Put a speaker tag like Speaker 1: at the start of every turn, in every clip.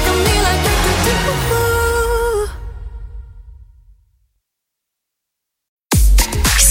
Speaker 1: on me like do, do, do, do.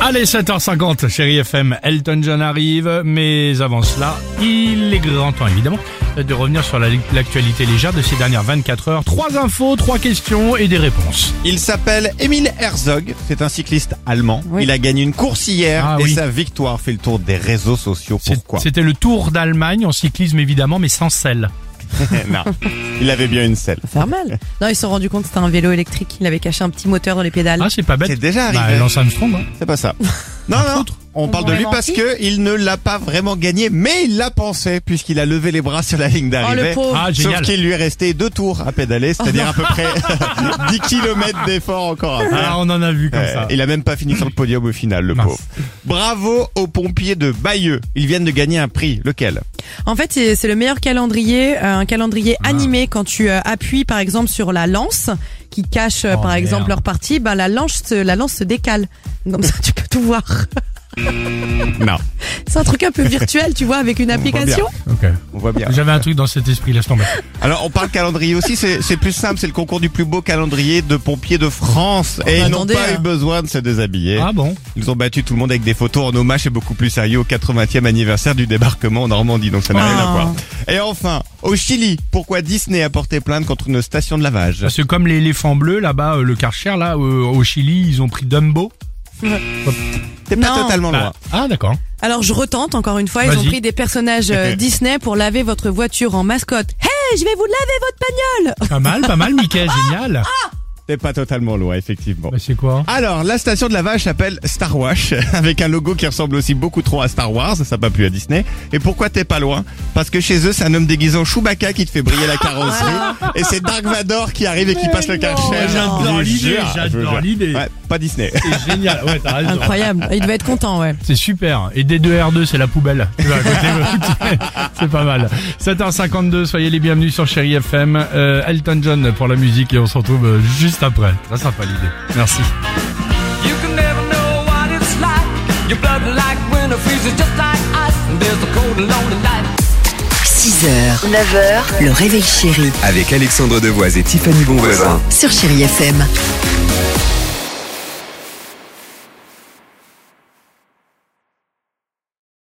Speaker 2: Allez, 7h50, chérie FM, Elton John arrive, mais avant cela, il est grand temps évidemment de revenir sur la- l'actualité légère de ces dernières 24 heures. Trois infos, trois questions et des réponses.
Speaker 3: Il s'appelle Emile Herzog, c'est un cycliste allemand. Il a gagné une course hier
Speaker 2: Ah
Speaker 3: et
Speaker 2: oui.
Speaker 3: sa victoire fait le tour des réseaux sociaux.
Speaker 2: C'est-
Speaker 3: Pourquoi
Speaker 2: C'était le Tour d'Allemagne en cyclisme évidemment, mais sans selle.
Speaker 3: Non. Il avait bien une selle.
Speaker 4: Faire mal. Non, ils se sont rendus compte que c'était un vélo électrique. Il avait caché un petit moteur dans les pédales.
Speaker 2: Ah, c'est pas
Speaker 3: C'est
Speaker 2: bête.
Speaker 3: déjà
Speaker 2: Bah,
Speaker 3: arrivé.
Speaker 2: Lance Armstrong. hein.
Speaker 3: C'est pas ça. Non, non. On parle de lui parce que il ne l'a pas vraiment gagné, mais il l'a pensé puisqu'il a levé les bras sur la ligne
Speaker 4: Oh, le
Speaker 3: d'arrivée.
Speaker 4: pauvre. Oh,
Speaker 2: Ah,
Speaker 3: Sauf
Speaker 2: génial.
Speaker 3: qu'il lui restait deux tours à pédaler, c'est-à-dire à peu près 10 kilomètres d'effort encore à faire.
Speaker 2: Ah, on en a vu comme
Speaker 3: Euh,
Speaker 2: ça.
Speaker 3: il a même pas fini sur le podium au final, le
Speaker 2: Mince.
Speaker 3: pauvre. Bravo aux pompiers de Bayeux. Ils viennent de gagner un prix. Lequel
Speaker 2: Ah.
Speaker 4: En fait, c'est c'est le meilleur calendrier, euh, un calendrier animé. Quand tu euh, appuies, par exemple, sur la lance qui cache, euh,
Speaker 2: Oh,
Speaker 4: par
Speaker 2: merde.
Speaker 4: exemple, leur partie, ben la lance, se- la lance se décale. Comme ça, tu peux tout voir.
Speaker 3: Non.
Speaker 4: C'est un truc un peu virtuel, tu vois,
Speaker 2: Oh,
Speaker 4: avec une application.
Speaker 2: Ok.
Speaker 3: On voit bien.
Speaker 2: J'avais un truc dans cet esprit, laisse tomber.
Speaker 3: Alors on parle calendrier aussi, c'est c'est plus simple, c'est le concours du plus beau calendrier de pompiers de France. Et ils n'ont
Speaker 4: attendez,
Speaker 3: pas
Speaker 4: hein.
Speaker 3: eu besoin de se déshabiller.
Speaker 2: Ah bon
Speaker 3: Ils ont battu tout le monde avec des photos en hommage et beaucoup plus sérieux au 80e anniversaire du débarquement en Normandie, donc ça n'a rien à
Speaker 4: Ah.
Speaker 3: voir. Et enfin, au Chili, pourquoi Disney a porté plainte contre une station de lavage
Speaker 2: Parce que comme l'éléphant bleu, là-bas, euh, le Karcher, là, euh, au Chili, ils ont pris Dumbo.
Speaker 3: T'es pas
Speaker 4: Non.
Speaker 3: totalement loin.
Speaker 2: Ah, ah, d'accord.
Speaker 4: Alors, je retente encore une fois. Ils ont
Speaker 2: Vas-y.
Speaker 4: pris des personnages euh, Disney pour laver votre voiture en mascotte. Hey, je vais vous laver votre bagnole.
Speaker 2: Pas mal, pas mal, Mickey, génial.
Speaker 3: T'es pas totalement loin, effectivement.
Speaker 2: Bah, c'est quoi
Speaker 3: Alors, la station de lavage s'appelle Star Wash, avec un logo qui ressemble aussi beaucoup trop à Star Wars, ça n'a pas plu à Disney. Et pourquoi t'es pas loin Parce que chez eux, c'est un homme déguisé en Chewbacca qui te fait briller la carrosserie, et c'est Dark Vador qui arrive et qui passe le
Speaker 2: Ouais,
Speaker 3: cachet.
Speaker 2: J'adore l'idée, j'adore l'idée.
Speaker 3: Ouais, pas Disney.
Speaker 2: C'est génial, ouais, t'as raison.
Speaker 4: Incroyable. Il devait être content, ouais.
Speaker 2: C'est super. Et D2R2, c'est la poubelle. Tu vas à côté, c'est pas mal. 7h52, soyez les bienvenus sur Chéri FM. Euh, Elton John pour la musique et on se retrouve euh, juste après. Ça, sympa l'idée. Merci.
Speaker 5: You can never know what it's like. Your blood like winter freezes just like ice. And there's a cold and lonely night.
Speaker 6: 6h, 9h, le réveil chéri
Speaker 7: Avec Alexandre Devoise et Tiffany Bonvoisin.
Speaker 6: sur Chérie FM.